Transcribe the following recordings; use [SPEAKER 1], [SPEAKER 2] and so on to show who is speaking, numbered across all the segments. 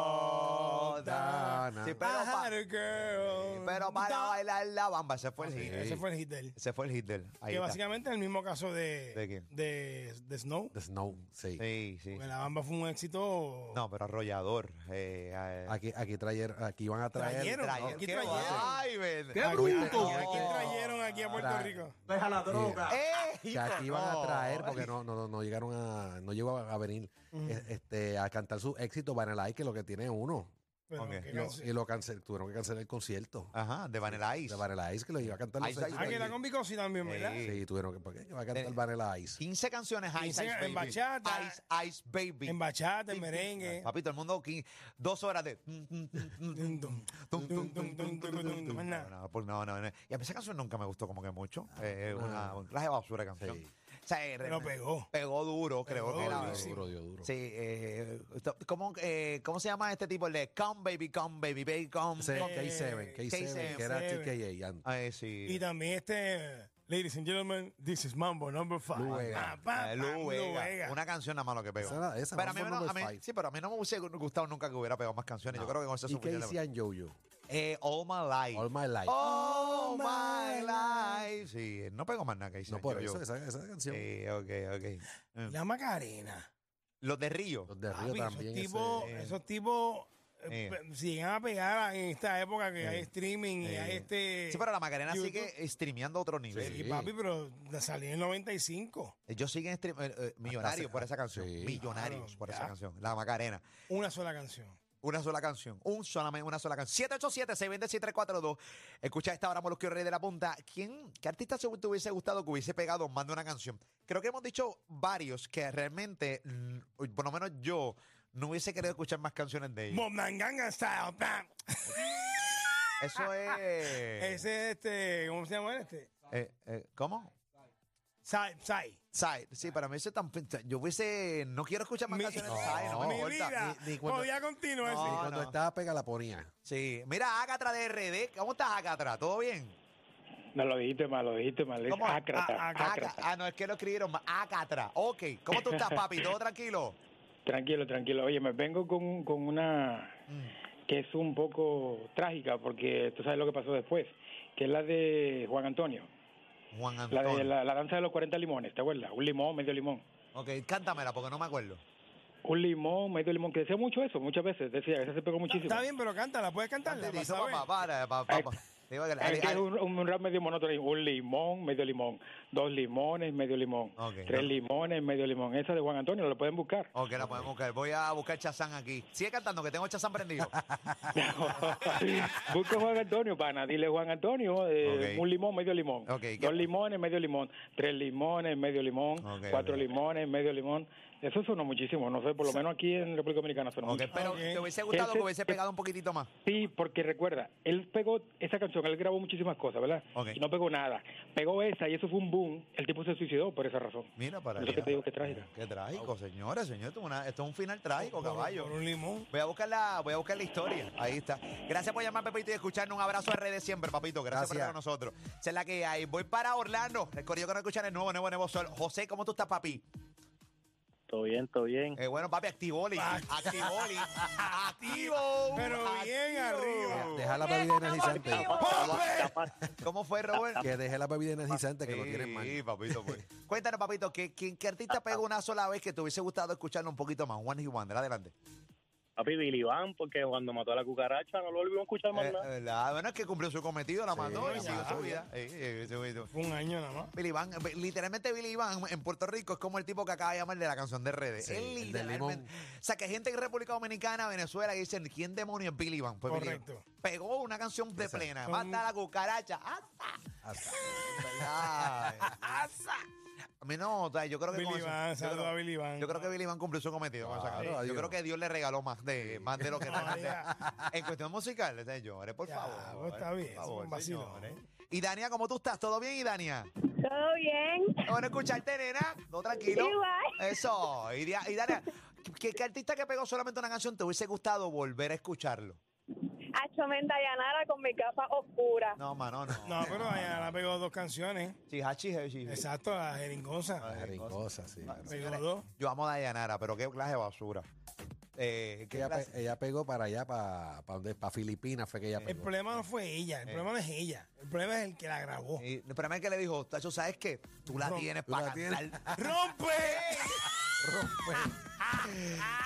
[SPEAKER 1] Oh, Donna.
[SPEAKER 2] Donna.
[SPEAKER 1] Sí, pero
[SPEAKER 3] I
[SPEAKER 1] pa-
[SPEAKER 3] had a girl.
[SPEAKER 1] Pero para
[SPEAKER 3] Da- Ah,
[SPEAKER 1] bailar la bamba, se fue el
[SPEAKER 3] Sí,
[SPEAKER 1] hit.
[SPEAKER 3] Ese fue el hit de él.
[SPEAKER 1] Se fue el hit de él. Ahí
[SPEAKER 3] que
[SPEAKER 1] está.
[SPEAKER 3] básicamente es el mismo caso de,
[SPEAKER 1] ¿De quién?
[SPEAKER 3] de- de Snow.
[SPEAKER 2] The Snow, sí.
[SPEAKER 1] Sí, sí.
[SPEAKER 3] Porque la bamba fue un éxito.
[SPEAKER 1] No, pero arrollador. Eh, eh,
[SPEAKER 2] Aquí, aquí trayer, aquí van a traer.
[SPEAKER 3] Trayeron,
[SPEAKER 2] no,
[SPEAKER 3] aquí
[SPEAKER 1] ¿Qué
[SPEAKER 3] trayeron.
[SPEAKER 1] va? Ay, ven. Oh.
[SPEAKER 3] Aquí-
[SPEAKER 1] Ay,
[SPEAKER 3] Aquí, aquí trayeron aquí a Puerto
[SPEAKER 2] Tra-
[SPEAKER 3] Rico.
[SPEAKER 1] eh,
[SPEAKER 2] que aquí
[SPEAKER 1] hijo,
[SPEAKER 2] van
[SPEAKER 1] no.
[SPEAKER 2] a traer porque no, no, no, no llegaron a, no llegó a, a venir, eh, este, a cantar su éxito Vanilla Ice, que es lo que tiene uno.
[SPEAKER 3] pero
[SPEAKER 1] Ok.
[SPEAKER 3] que
[SPEAKER 2] Y lo-
[SPEAKER 3] canse-
[SPEAKER 2] y lo cancel, tuvieron que cancelar el concierto
[SPEAKER 1] Ajá, de Vanilla Ice.
[SPEAKER 2] de Vanilla Ice que lo iba a cantar los
[SPEAKER 1] Ice,
[SPEAKER 2] éxitos
[SPEAKER 3] Ah, que la
[SPEAKER 2] allí.
[SPEAKER 3] con Vicosi también, ¿verdad?
[SPEAKER 1] Sí.
[SPEAKER 2] Sí, tuvieron que, ¿por qué? Que va a cantar
[SPEAKER 1] Eh,
[SPEAKER 2] Vanilla Ice.
[SPEAKER 1] 15 canciones Ice,
[SPEAKER 3] 15
[SPEAKER 1] Ice
[SPEAKER 3] en
[SPEAKER 1] Baby.
[SPEAKER 3] bachata.
[SPEAKER 1] Ice Ice Baby.
[SPEAKER 3] En bachata, en
[SPEAKER 1] Tin, tin.
[SPEAKER 3] merengue.
[SPEAKER 1] Papi, todo el mundo qui- dos horas de.
[SPEAKER 3] Dum, dum.
[SPEAKER 1] Tum, tum, tum, tum,
[SPEAKER 3] Dum, dum,
[SPEAKER 1] tum,
[SPEAKER 3] dum,
[SPEAKER 1] tum,
[SPEAKER 3] dum,
[SPEAKER 1] tum.
[SPEAKER 3] más nada.
[SPEAKER 1] No, no, pues no, no, no. Y a mí esa canción nunca me gustó como que mucho. Eh, una, un traje de basura de canción.
[SPEAKER 2] Sí.
[SPEAKER 1] O sea, eh,
[SPEAKER 3] Pero
[SPEAKER 1] re-
[SPEAKER 3] pegó.
[SPEAKER 1] Pegó duro, creo
[SPEAKER 3] Pegó
[SPEAKER 1] que la-
[SPEAKER 3] durísimo.
[SPEAKER 2] Duro, dio duro.
[SPEAKER 1] Sí, eh, to- ¿cómo, eh, ¿cómo se llama este tipo? El de Come Baby, Come Baby, Baby, Come.
[SPEAKER 2] Ese
[SPEAKER 1] come.
[SPEAKER 2] K7, K7, que era
[SPEAKER 3] K7.
[SPEAKER 2] TKA antes.
[SPEAKER 1] Ay, sí.
[SPEAKER 3] Y también este, Ladies and Gentlemen, this is Mambo number five.
[SPEAKER 2] Lu Vega.
[SPEAKER 3] Pa, pa,
[SPEAKER 1] Eh,
[SPEAKER 3] pa,
[SPEAKER 1] Lu
[SPEAKER 3] Lu
[SPEAKER 1] Vega.
[SPEAKER 3] Vega.
[SPEAKER 1] Una canción nada más lo que pegó.
[SPEAKER 2] Esa era- esa,
[SPEAKER 1] pero a mí,
[SPEAKER 2] vamos
[SPEAKER 1] no,
[SPEAKER 2] con
[SPEAKER 1] a
[SPEAKER 2] number
[SPEAKER 1] mí-
[SPEAKER 2] five.
[SPEAKER 1] sí, pero a mí no me hubiese gustado nunca que hubiera pegado más canciones. Yo creo que con eso es
[SPEAKER 2] ¿Y qué
[SPEAKER 1] suficiente.
[SPEAKER 2] hacían Jojo?
[SPEAKER 1] Eh, All My Life.
[SPEAKER 2] All My Life.
[SPEAKER 1] Oh, All My Life. Sí, no pegó más nada que hice.
[SPEAKER 2] Oh, no, por
[SPEAKER 1] yo-
[SPEAKER 2] eso,
[SPEAKER 1] yo.
[SPEAKER 2] esa, esa canción.
[SPEAKER 1] Sí, ok, ok.
[SPEAKER 3] La Macarena.
[SPEAKER 1] Los de Río.
[SPEAKER 2] Los de Río
[SPEAKER 3] Papi,
[SPEAKER 2] también.
[SPEAKER 3] esos tipos,
[SPEAKER 1] ese-
[SPEAKER 3] esos tipos eh,
[SPEAKER 1] Eh.
[SPEAKER 3] pe- si llegan a pegar en esta época que hay streaming y
[SPEAKER 1] Eh.
[SPEAKER 3] hay este.
[SPEAKER 1] Sí, pero la Macarena
[SPEAKER 3] YouTube.
[SPEAKER 1] sigue streameando a otro nivel.
[SPEAKER 3] Y papi, pero la salí en el 95.
[SPEAKER 1] Ellos siguen stream- eh, eh, millonarios por esa canción.
[SPEAKER 2] Sí.
[SPEAKER 1] Millonarios
[SPEAKER 3] Claro,
[SPEAKER 1] por esa
[SPEAKER 3] ya.
[SPEAKER 1] canción. La Macarena.
[SPEAKER 3] Una sola canción.
[SPEAKER 1] Una sola canción. Un solamente una sola canción. 787-626-342. Escucha esta hora, Molusquio Rey de la Punta. ¿Quién, ¿Qué artista se- te hubiese gustado que hubiese pegado más de una canción? Creo que hemos dicho varios que realmente, mm, por lo menos yo, no hubiese querido escuchar más canciones de ellos.
[SPEAKER 3] Bob Manganga Style. pam.
[SPEAKER 1] Eso es...
[SPEAKER 3] Ese este, ¿cómo se llama este?
[SPEAKER 1] eh, eh, ¿Cómo?
[SPEAKER 3] Sai, Sai.
[SPEAKER 1] Side. Sí, para mí ese tan... Yo hubiese... No quiero escuchar más
[SPEAKER 3] Mi,
[SPEAKER 1] canciones de Side. No me
[SPEAKER 3] mi
[SPEAKER 1] importa.
[SPEAKER 3] vida.
[SPEAKER 2] ni- ni cuando-
[SPEAKER 3] Podía continuar
[SPEAKER 1] No,
[SPEAKER 2] Y
[SPEAKER 3] así.
[SPEAKER 2] cuando
[SPEAKER 1] no.
[SPEAKER 2] estaba pega la ponía.
[SPEAKER 1] Sí, mira, Acatra de RD. ¿Cómo estás, Acatra? ¿Todo bien?
[SPEAKER 4] No lo dijiste mal, lo dijiste mal. Es
[SPEAKER 1] ¿Cómo?
[SPEAKER 4] ácrata,
[SPEAKER 1] Ah, ah,
[SPEAKER 4] ácrata.
[SPEAKER 1] ah, no, es que lo escribieron mal. Acatra. Ok. ¿Cómo tú estás, papi? ¿Todo tranquilo?
[SPEAKER 4] Tranquilo, tranquilo. Oye, me vengo con, con una que es un poco trágica porque tú sabes lo que pasó después, que es la de Juan Antonio.
[SPEAKER 1] Juan
[SPEAKER 4] La
[SPEAKER 1] Antonio.
[SPEAKER 4] de la, la danza de los 40 limones, ¿te acuerdas? Un limón, medio limón.
[SPEAKER 1] Ok, cántamela porque no me acuerdo.
[SPEAKER 4] Un limón, medio limón, que decía mucho eso, muchas veces, decía, esa se pegó muchísimo.
[SPEAKER 3] Está bien, pero cántala, puedes cantarla.
[SPEAKER 1] Antes
[SPEAKER 3] para
[SPEAKER 1] dice,
[SPEAKER 3] saber.
[SPEAKER 1] papá, para, papá, papá. Digo que-
[SPEAKER 4] Es
[SPEAKER 1] ale-
[SPEAKER 4] que es
[SPEAKER 1] ale-
[SPEAKER 4] un, un rap medio monótono, un limón, medio limón, dos limones, medio limón,
[SPEAKER 1] Ok,
[SPEAKER 4] tres
[SPEAKER 1] no.
[SPEAKER 4] limones, medio limón. Esa de Juan Antonio, la pueden buscar.
[SPEAKER 1] Ok, la podemos buscar. Voy a buscar Chazán aquí. Sigue cantando, que tengo Chazán prendido.
[SPEAKER 4] Busca Juan Antonio, pana. Dile Juan Antonio, eh,
[SPEAKER 1] Ok.
[SPEAKER 4] un limón, medio limón.
[SPEAKER 1] Ok, ¿qué-
[SPEAKER 4] Dos limones, medio limón. Tres limones, medio limón.
[SPEAKER 1] Ok,
[SPEAKER 4] cuatro
[SPEAKER 1] ok.
[SPEAKER 4] limones, medio limón. Eso sonó muchísimo. No sé, por lo menos aquí en República Dominicana sonó
[SPEAKER 1] Ok,
[SPEAKER 4] mucho.
[SPEAKER 1] pero
[SPEAKER 3] Ok.
[SPEAKER 1] te hubiese gustado que
[SPEAKER 4] Ese-
[SPEAKER 1] hubiese pegado un poquitito más.
[SPEAKER 4] Sí, porque recuerda, él pegó esa canción, él grabó muchísimas cosas, ¿verdad?
[SPEAKER 1] Ok.
[SPEAKER 4] Y no pegó nada. Pegó esa y eso fue un boom. El tipo se suicidó por esa razón.
[SPEAKER 1] Mira para
[SPEAKER 4] Eso
[SPEAKER 1] allá.
[SPEAKER 4] que te digo que es trágico.
[SPEAKER 1] Qué trágico, señores, señores. Esto es, una- esto es un final trágico,
[SPEAKER 3] Por-
[SPEAKER 1] caballo.
[SPEAKER 3] Por un limón.
[SPEAKER 1] Voy a buscar la, voy a buscar la historia. Ahí está. Gracias por llamar, Pepito, y escucharnos. Un abrazo a redes siempre, papito. Gracias, por
[SPEAKER 2] Gracias.
[SPEAKER 1] estar con nosotros. Esa es la que hay. Voy para Orlando. Recorrido que no escuchan el nuevo, nuevo, nuevo sol. José, ¿cómo tú estás, papi?
[SPEAKER 5] Todo bien, todo bien.
[SPEAKER 1] Eh, bueno, papi, activoli. Activoli. Activo.
[SPEAKER 3] Pero bien arriba.
[SPEAKER 2] Deja la bebida energizante.
[SPEAKER 1] ¿Cómo fue, Robert?
[SPEAKER 2] Que deje la bebida energizante que lo tienen mal.
[SPEAKER 1] Sí, papito, pues. Cuéntanos, papito, ¿qué, quién, qué artista pega una sola vez que te hubiese gustado escucharlo un poquito más? One y Wander, adelante.
[SPEAKER 5] Papi Billy Van, porque cuando mató a la cucaracha no lo volvimos a escuchar más
[SPEAKER 1] Eh,
[SPEAKER 5] nada.
[SPEAKER 1] eh, la verdad es que cumplió su cometido, la mandó y
[SPEAKER 3] ya,
[SPEAKER 1] siguió su
[SPEAKER 3] ya.
[SPEAKER 1] vida. Eh, eh, su vida.
[SPEAKER 3] Fue un año nada más.
[SPEAKER 1] Billy Van, eh, literalmente Billy Van en Puerto Rico es como el tipo que acaba de llamar de la canción de redes.
[SPEAKER 2] Sí,
[SPEAKER 1] Él
[SPEAKER 2] el del
[SPEAKER 1] literalmente. O sea, que hay gente en República Dominicana, Venezuela, que dicen, ¿quién demonio es Billy Van? Pues Billy Van
[SPEAKER 3] Correcto.
[SPEAKER 1] pegó una canción de plena.
[SPEAKER 3] Son-
[SPEAKER 1] Mata la cucaracha. ¡Asa!
[SPEAKER 2] Hasta-
[SPEAKER 1] ¿Verdad? ¡Asa! A mí no, o sea, yo creo que con
[SPEAKER 3] Billy
[SPEAKER 1] eso-
[SPEAKER 3] Van,
[SPEAKER 1] yo
[SPEAKER 3] saludos
[SPEAKER 1] creo-
[SPEAKER 3] a Billy Van.
[SPEAKER 1] yo creo que Billy Van cumplió su cometido con esa
[SPEAKER 2] Claro,
[SPEAKER 1] canción. Yo
[SPEAKER 2] adiós.
[SPEAKER 1] creo que Dios le regaló más de, más de lo que
[SPEAKER 3] No,
[SPEAKER 1] realmente- En cuestión musical, señores, por
[SPEAKER 3] Ya, pues,
[SPEAKER 1] favor.
[SPEAKER 3] está bien,
[SPEAKER 1] por
[SPEAKER 3] eso es un ¿eh?
[SPEAKER 1] favor,
[SPEAKER 3] vacilo.
[SPEAKER 1] señores. Y Dania, ¿cómo tú estás? ¿Todo bien, y Dania?
[SPEAKER 6] Todo bien.
[SPEAKER 1] Es Bueno, escucharte, nena. No, tranquilo.
[SPEAKER 6] Igual.
[SPEAKER 1] Eso. Y, Dia- y Dania, ¿qué, qué artista que pegó solamente una canción te hubiese gustado volver a escucharlo?
[SPEAKER 6] Hacho Mendayanara con mi capa oscura.
[SPEAKER 1] No, mano, no.
[SPEAKER 3] No, pues. pero allá la pegó dos canciones.
[SPEAKER 1] Sí, hachi, hachi.
[SPEAKER 3] Exacto, la jeringosa.
[SPEAKER 2] Qué rincosa, sí.
[SPEAKER 3] Pegó dos.
[SPEAKER 1] Yo amo a Dayanara, pero qué clase de basura. Eh, qué
[SPEAKER 2] Ella,
[SPEAKER 3] pues.
[SPEAKER 1] clase-
[SPEAKER 2] pe- ella pegó para allá, para, para, donde, para Filipinas fue que ella
[SPEAKER 3] El
[SPEAKER 2] pegó.
[SPEAKER 3] problema no fue ella, el problema no es ella. El problema es el que la grabó.
[SPEAKER 1] Y el problema es que le dijo, Tacho, ¿sabes qué? Tú la
[SPEAKER 3] No,
[SPEAKER 1] tienes
[SPEAKER 2] tú la
[SPEAKER 1] para
[SPEAKER 2] tienes.
[SPEAKER 1] cantar.
[SPEAKER 3] ¡Rompe!
[SPEAKER 2] Rompe.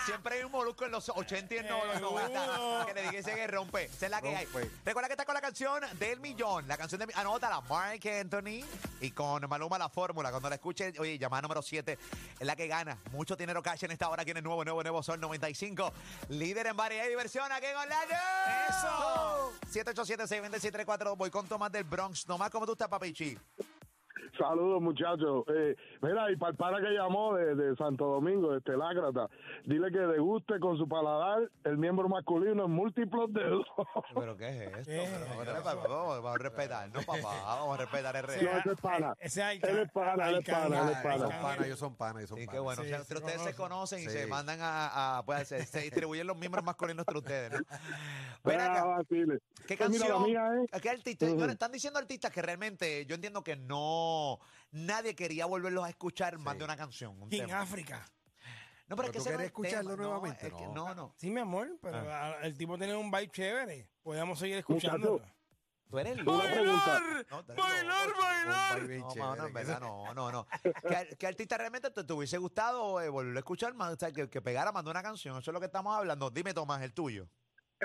[SPEAKER 1] Siempre hay un molusco en los 80 y en los
[SPEAKER 3] Seguro.
[SPEAKER 1] 90 que le dicen que rompe. Esa es la que hay.
[SPEAKER 2] Rompe.
[SPEAKER 1] Recuerda que está con la canción del millón. La canción de Anótala, Mark Anthony. Y con Maluma la fórmula. Cuando la escuche, oye, llamada número 7 es la que gana. Mucho dinero cash en esta hora. Quien es nuevo, nuevo, nuevo. Sol 95. Líder en variedad y diversión. Aquí con la ¡Eso! 787-627-342. Voy con Tomás del Bronx. Tomás, ¿cómo tú estás, papichi?
[SPEAKER 4] Saludos, muchachos. Eh, mira, y para el pana que llamó de, de Santo Domingo, de Telácrata, dile que deguste con su paladar el miembro masculino en múltiplos dedos.
[SPEAKER 1] ¿Pero qué es esto?
[SPEAKER 3] ¿Qué?
[SPEAKER 1] Pero, pero, pero, vamos, vamos a respetar, no, papá. Vamos a respetar el
[SPEAKER 4] No,
[SPEAKER 1] rey.
[SPEAKER 4] ese es pana.
[SPEAKER 3] Ese es Alca-
[SPEAKER 4] Él es pana, él es
[SPEAKER 3] Alcángel.
[SPEAKER 4] pana, él es
[SPEAKER 2] Ah,
[SPEAKER 4] pana.
[SPEAKER 2] Ellos son panas, ellos son panas, ellos son
[SPEAKER 1] Y qué
[SPEAKER 2] panas.
[SPEAKER 1] bueno,
[SPEAKER 3] Sí,
[SPEAKER 1] o sea,
[SPEAKER 3] se
[SPEAKER 1] entre ustedes se conocen y
[SPEAKER 2] Sí.
[SPEAKER 1] se mandan a, a- pues, se, se distribuyen los miembros masculinos entre ustedes. ¿no? Ven
[SPEAKER 4] Ah,
[SPEAKER 1] acá,
[SPEAKER 4] vacile.
[SPEAKER 1] ¿qué
[SPEAKER 4] Pues mira, la
[SPEAKER 1] canción?
[SPEAKER 4] mía es-
[SPEAKER 1] ¿A ¿Qué artista?
[SPEAKER 4] Ujú.
[SPEAKER 1] Bueno, están diciendo artistas que realmente yo entiendo que no nadie quería volverlos a escuchar más de una canción. un
[SPEAKER 3] King
[SPEAKER 1] tema.
[SPEAKER 3] África.
[SPEAKER 1] No, pero es
[SPEAKER 2] Pero
[SPEAKER 1] que ese
[SPEAKER 2] tú
[SPEAKER 1] no
[SPEAKER 2] querías
[SPEAKER 1] es el
[SPEAKER 2] escucharlo
[SPEAKER 1] tema,
[SPEAKER 2] nuevamente,
[SPEAKER 1] No, es que-
[SPEAKER 2] no.
[SPEAKER 1] no, no.
[SPEAKER 3] Sí, mi amor, pero
[SPEAKER 1] Ah.
[SPEAKER 3] a- el tipo tiene un vibe chévere. Podemos seguir escuchándolo.
[SPEAKER 4] Muchacho.
[SPEAKER 1] Tú eres loco.
[SPEAKER 4] Una pregunta.
[SPEAKER 1] No, tú eres
[SPEAKER 3] ¡Bailar,
[SPEAKER 1] loco.
[SPEAKER 3] bailar!
[SPEAKER 2] Bien
[SPEAKER 1] No,
[SPEAKER 2] chévere,
[SPEAKER 1] mano, en
[SPEAKER 2] que
[SPEAKER 1] verdad, no, no, no. ¿Qué, ar- qué artista realmente te, te hubiese gustado eh, volver a escuchar más? O sea, que, que pegara más de una canción. Eso es lo que estamos hablando. Dime, Tomás, el tuyo.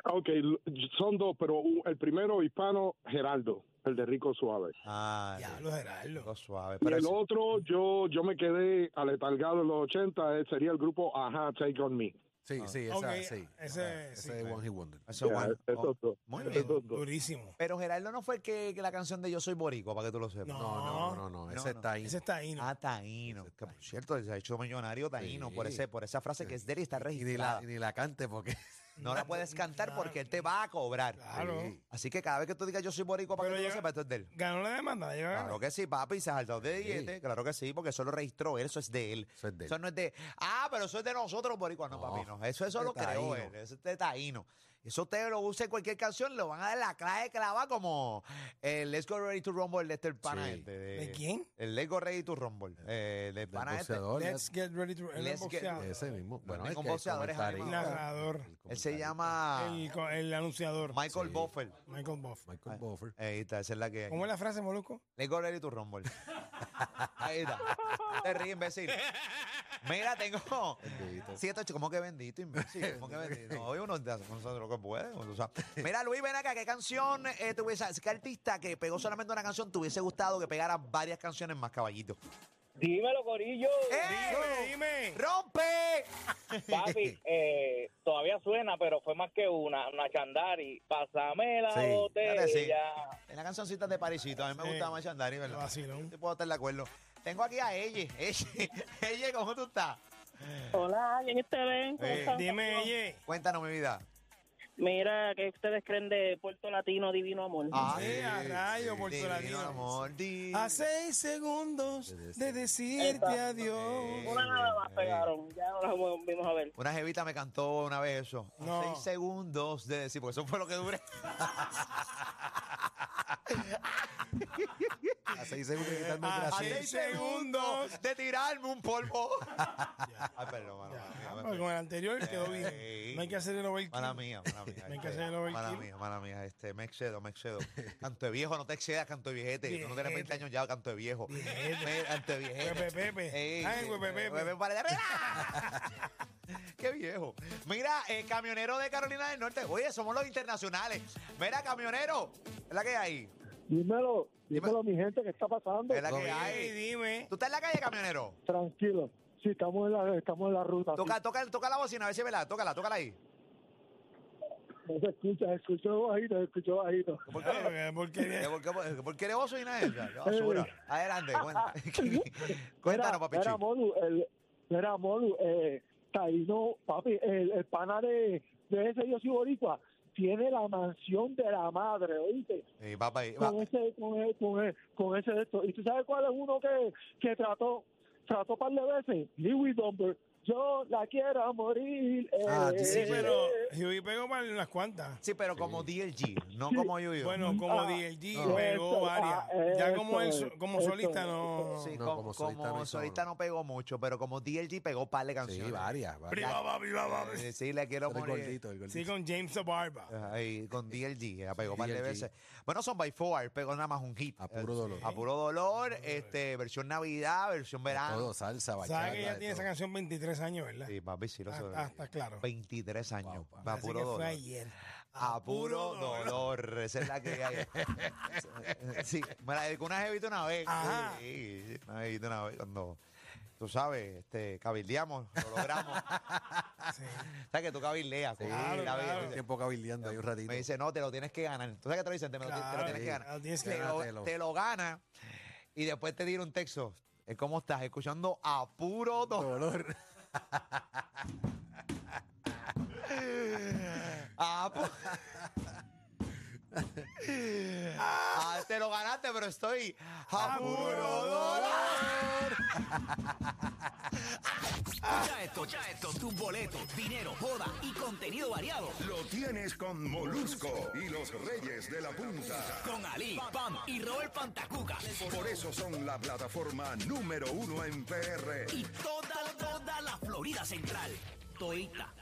[SPEAKER 4] Ok, l- son dos, pero u- el primero hispano, Geraldo, el de Rico Suave.
[SPEAKER 1] Ah,
[SPEAKER 3] Diablo, Gerardo.
[SPEAKER 1] algo suave.
[SPEAKER 4] Y
[SPEAKER 1] Pero
[SPEAKER 4] el
[SPEAKER 1] ese-
[SPEAKER 4] otro, yo, yo me quedé aletargado en los 80, eh, sería el grupo Ajá, Take On Me.
[SPEAKER 2] Sí, sí, esa,
[SPEAKER 3] Ok,
[SPEAKER 2] sí.
[SPEAKER 3] ese- sí.
[SPEAKER 2] ese es One Hit Wonder.
[SPEAKER 1] eso es
[SPEAKER 4] Ya,
[SPEAKER 1] bueno.
[SPEAKER 4] esos dos.
[SPEAKER 1] muy
[SPEAKER 4] Esos
[SPEAKER 1] bien.
[SPEAKER 4] dos.
[SPEAKER 3] Durísimo.
[SPEAKER 1] Pero Gerardo no fue el que, que la canción de Yo Soy Boricua, para que tú lo sepas.
[SPEAKER 3] No.
[SPEAKER 2] No, no, no, no,
[SPEAKER 1] No,
[SPEAKER 2] ese
[SPEAKER 1] no.
[SPEAKER 2] está ahí.
[SPEAKER 3] Ese está ahí, ¿no?
[SPEAKER 1] Ah, Taíno. Que por cierto, se ha hecho millonario Taíno por,
[SPEAKER 2] Sí.
[SPEAKER 1] ese, por esa frase que es de él y está
[SPEAKER 2] Y ni la,
[SPEAKER 1] registrada.
[SPEAKER 2] y ni la cante porque...
[SPEAKER 1] No la puedes cantar porque él te va a cobrar.
[SPEAKER 3] Claro.
[SPEAKER 2] Sí.
[SPEAKER 1] Así que cada vez que tú digas Yo Soy Boricua, para
[SPEAKER 3] Pero
[SPEAKER 1] que tú lo
[SPEAKER 3] llega-
[SPEAKER 1] sepas, esto es de él.
[SPEAKER 3] Ganó la demanda. ya ganó.
[SPEAKER 1] Claro que sí, papi, se ha saltado de
[SPEAKER 2] Sí.
[SPEAKER 1] diete, claro que sí, porque eso lo registró él, eso es de él.
[SPEAKER 2] Eso es de él.
[SPEAKER 1] Eso no es de, ah, pero eso es de nosotros, boricua, no,
[SPEAKER 2] No,
[SPEAKER 1] papi, no. Eso, eso
[SPEAKER 2] es de
[SPEAKER 1] lo creó
[SPEAKER 2] taíno.
[SPEAKER 1] él, eso es de taíno. Eso ustedes lo usen en cualquier canción, lo van a dar la clave clava como el Let's Go Ready to Rumble de este pana
[SPEAKER 2] Sí.
[SPEAKER 1] este.
[SPEAKER 3] ¿De quién?
[SPEAKER 1] El Let's Go Ready to Rumble, eh, del
[SPEAKER 2] El
[SPEAKER 1] pana este.
[SPEAKER 2] boxeador,
[SPEAKER 3] Let's get ready to... El
[SPEAKER 1] Let's get-
[SPEAKER 3] boxeador.
[SPEAKER 2] ese mismo. Bueno,
[SPEAKER 1] ningún
[SPEAKER 2] es que el
[SPEAKER 1] boxeador es
[SPEAKER 2] comentarista-
[SPEAKER 1] animal.
[SPEAKER 3] Narrador.
[SPEAKER 2] el
[SPEAKER 1] Él se
[SPEAKER 2] comentarista-
[SPEAKER 1] llama
[SPEAKER 3] El, co- el anunciador.
[SPEAKER 1] Ah. Michael
[SPEAKER 2] Sí.
[SPEAKER 1] Buffer.
[SPEAKER 3] Michael Buff.
[SPEAKER 2] Michael Buffer.
[SPEAKER 1] Ahí está, esa es la que.
[SPEAKER 3] ¿Cómo es la frase, Moluco?
[SPEAKER 1] Let's go ready to rumble. Ahí está. Te ríes, imbécil. Mira, tengo.
[SPEAKER 2] Bendito.
[SPEAKER 1] Siete, ocho. ¿Cómo que bendito, imbécil? ¿Cómo que bendito? No, Hoy uno de nosotros lo que puede. o sea. Mira, Luis, ven acá. ¿Qué canción eh, te hubiese. ¿Qué artista que pegó solamente una canción te hubiese gustado que pegara varias canciones más, caballito?
[SPEAKER 7] Dímelo, Corillo.
[SPEAKER 1] ¡Eh!
[SPEAKER 3] Dime, dime.
[SPEAKER 1] ¡Rompe!
[SPEAKER 7] Papi, eh, todavía suena, pero fue más que una, una chandari. Pásame la
[SPEAKER 2] Sí,
[SPEAKER 1] claro
[SPEAKER 7] botella.
[SPEAKER 1] que sí. En la cancioncita de Parisito. A mí me
[SPEAKER 3] Sí.
[SPEAKER 1] gustaba más Chandari, ¿verdad?
[SPEAKER 3] Vacilón.
[SPEAKER 1] Sí, puedo estar de acuerdo. Tengo aquí a Elle. Elle, Elle, ¿cómo tú estás?
[SPEAKER 8] Hola, bien ustedes. ¿Cómo
[SPEAKER 1] Eh,
[SPEAKER 8] están?
[SPEAKER 3] Dime, oye.
[SPEAKER 1] Cuéntanos mi vida.
[SPEAKER 8] Mira, ¿qué ustedes creen de Puerto Latino, Divino Amor?
[SPEAKER 1] Ah,
[SPEAKER 3] Sí, a rayo, por
[SPEAKER 1] divino
[SPEAKER 3] Latino.
[SPEAKER 1] amor, di-
[SPEAKER 3] A seis segundos de decirte
[SPEAKER 8] Exacto.
[SPEAKER 3] adiós.
[SPEAKER 8] Una nada
[SPEAKER 1] eh.
[SPEAKER 8] más pegaron, ya no la volvimos a ver.
[SPEAKER 1] Una jevita me cantó una vez eso. A
[SPEAKER 3] No.
[SPEAKER 1] Seis segundos de decir, porque eso fue lo que duré.
[SPEAKER 2] A seis segundos quitando el
[SPEAKER 3] Ah,
[SPEAKER 1] A
[SPEAKER 2] brazo.
[SPEAKER 3] sí.
[SPEAKER 1] seis
[SPEAKER 3] Seis
[SPEAKER 1] segundos
[SPEAKER 3] segundos.
[SPEAKER 1] de tirarme un polvo. Ay, perdón, mala
[SPEAKER 3] Ah,
[SPEAKER 1] mía.
[SPEAKER 3] porque con el anterior quedó
[SPEAKER 1] Sí.
[SPEAKER 3] bien. No hay que hacer el overkill.
[SPEAKER 1] Mala mía, mala mía.
[SPEAKER 3] No hay
[SPEAKER 1] este,
[SPEAKER 3] que hacer el overkill.
[SPEAKER 1] Mala mía, mala mía. Este, me excedo, me excedo. Canto de viejo, no te excedas, canto de viejete. Tú no tienes 20
[SPEAKER 3] Viejete.
[SPEAKER 1] años ya, canto de viejo. Eh, Canto de viejete.
[SPEAKER 3] Pepe, Pepe.
[SPEAKER 1] Ey,
[SPEAKER 3] Ay, güey, Pepe,
[SPEAKER 1] güey,
[SPEAKER 3] Pepe.
[SPEAKER 1] para allá arriba. Qué viejo. Mira, eh, camionero de Carolina del Norte. Oye, somos los internacionales. Mira, camionero. Es la que hay.
[SPEAKER 4] Dímelo, dímelo, mi gente, ¿qué está pasando?
[SPEAKER 1] Es la que
[SPEAKER 3] Ay,
[SPEAKER 1] hay.
[SPEAKER 3] dime.
[SPEAKER 1] ¿Tú estás en la calle, camionero?
[SPEAKER 4] Tranquilo. Sí, estamos en la, estamos en la ruta.
[SPEAKER 1] Toca, toca, toca la bocina, a ver si es verdad. Tócala, tócala ahí.
[SPEAKER 4] No se escucha, se escuchó bajito, se escuchó bajito.
[SPEAKER 1] ¿Por
[SPEAKER 3] Claro,
[SPEAKER 1] qué?
[SPEAKER 3] porque-
[SPEAKER 1] Eh,
[SPEAKER 3] porque-
[SPEAKER 1] ¿Por qué, por qué eres Eh, bocina esa? La basura. Adelante, cuenta. cuéntanos, papi.
[SPEAKER 4] Era
[SPEAKER 1] Chi.
[SPEAKER 4] Molu, el, era Molu, eh, Taíno, papi, el, el pana de, de ese yo soy boricua, tiene la mansión de la madre, ¿oíste?
[SPEAKER 1] Sí, Eh, papá, y- va-
[SPEAKER 4] Con ese, con ese, con ese, con ese de esto. ¿Y tú sabes cuál es uno que, que trató, trató par de veces? Louis Dumber. Yo la quiero a morir. eh,
[SPEAKER 2] Ah,
[SPEAKER 4] eh,
[SPEAKER 2] sí,
[SPEAKER 3] Sí,
[SPEAKER 4] eh,
[SPEAKER 3] pero
[SPEAKER 4] eh,
[SPEAKER 3] Huey pegó para unas cuantas.
[SPEAKER 1] sí, pero como DLG, no como Yuyo.
[SPEAKER 3] Bueno, como
[SPEAKER 4] Ah,
[SPEAKER 3] DLG
[SPEAKER 2] no.
[SPEAKER 3] pegó
[SPEAKER 4] Eso,
[SPEAKER 3] varias.
[SPEAKER 4] ah,
[SPEAKER 3] Ya
[SPEAKER 4] eso
[SPEAKER 3] como, el,
[SPEAKER 4] es,
[SPEAKER 3] so- como
[SPEAKER 4] eso
[SPEAKER 3] solista
[SPEAKER 4] es.
[SPEAKER 3] no...
[SPEAKER 1] Sí,
[SPEAKER 2] No,
[SPEAKER 1] como,
[SPEAKER 2] como
[SPEAKER 1] solista,
[SPEAKER 2] solista
[SPEAKER 1] como
[SPEAKER 2] no
[SPEAKER 1] no
[SPEAKER 2] hizo,
[SPEAKER 1] solista
[SPEAKER 2] no.
[SPEAKER 1] no pegó mucho, pero como DLG pegó par de canciones.
[SPEAKER 2] Sí, varias, varias.
[SPEAKER 3] Viva, viva, viva.
[SPEAKER 1] Eh, sí, le quiero
[SPEAKER 2] El
[SPEAKER 1] morir.
[SPEAKER 2] gordito, el gordito.
[SPEAKER 3] Sí, con James the Barba.
[SPEAKER 1] Ahí, con DLG, eh, la pegó un par de
[SPEAKER 2] DLG.
[SPEAKER 1] veces. Bueno, son by four, pegó nada más un hit. Eh,
[SPEAKER 2] A puro dolor.
[SPEAKER 1] A puro dolor, este, versión Navidad, versión verano.
[SPEAKER 2] Todo salsa, bachata.
[SPEAKER 3] ¿Sabes que ella
[SPEAKER 2] de
[SPEAKER 3] tiene esa
[SPEAKER 2] todo.
[SPEAKER 3] canción 23 23 años, ¿verdad?
[SPEAKER 1] Sí, papi, sí, lo
[SPEAKER 3] Ah,
[SPEAKER 1] sé.
[SPEAKER 3] ah, está claro.
[SPEAKER 1] 23 años. a
[SPEAKER 3] Parece
[SPEAKER 1] puro
[SPEAKER 3] que
[SPEAKER 1] dolor.
[SPEAKER 3] fue ayer.
[SPEAKER 1] A puro
[SPEAKER 3] dolor.
[SPEAKER 1] dolor. Esa es la que hay. sí, me la dedicó una jevita una vez.
[SPEAKER 3] Ajá.
[SPEAKER 1] Sí, una jevita una vez. Cuando, tú sabes, este, cabildeamos, lo logramos. ¿Sabes que tú cabildeas? con
[SPEAKER 2] Claro,
[SPEAKER 1] la vida,
[SPEAKER 2] claro.
[SPEAKER 1] dice,
[SPEAKER 2] Tiempo cabildeando ahí un ratito.
[SPEAKER 1] Me dice, no, te lo tienes que ganar. Entonces, ¿qué te lo dicen? Te, me lo, ti- te lo
[SPEAKER 2] Claro,
[SPEAKER 1] tienes que
[SPEAKER 2] sí.
[SPEAKER 1] ganar.
[SPEAKER 2] Lo tienes que
[SPEAKER 1] te, lo,
[SPEAKER 2] ganártelo.
[SPEAKER 1] te lo gana y después te tira un texto. Eh, ¿Cómo estás? Escuchando a puro dolor. a pu- Ah, te lo ganaste, pero estoy a puro dolor.
[SPEAKER 9] Ya esto, ya esto, tus boletos, dinero, joda y contenido variado.
[SPEAKER 10] Lo tienes con Molusco y los Reyes de la Punta.
[SPEAKER 9] Con Ali, Pam y Robert Pantacuca.
[SPEAKER 10] Por eso son la plataforma número uno en PR.
[SPEAKER 9] Y toda, toda la Florida Central. Toita.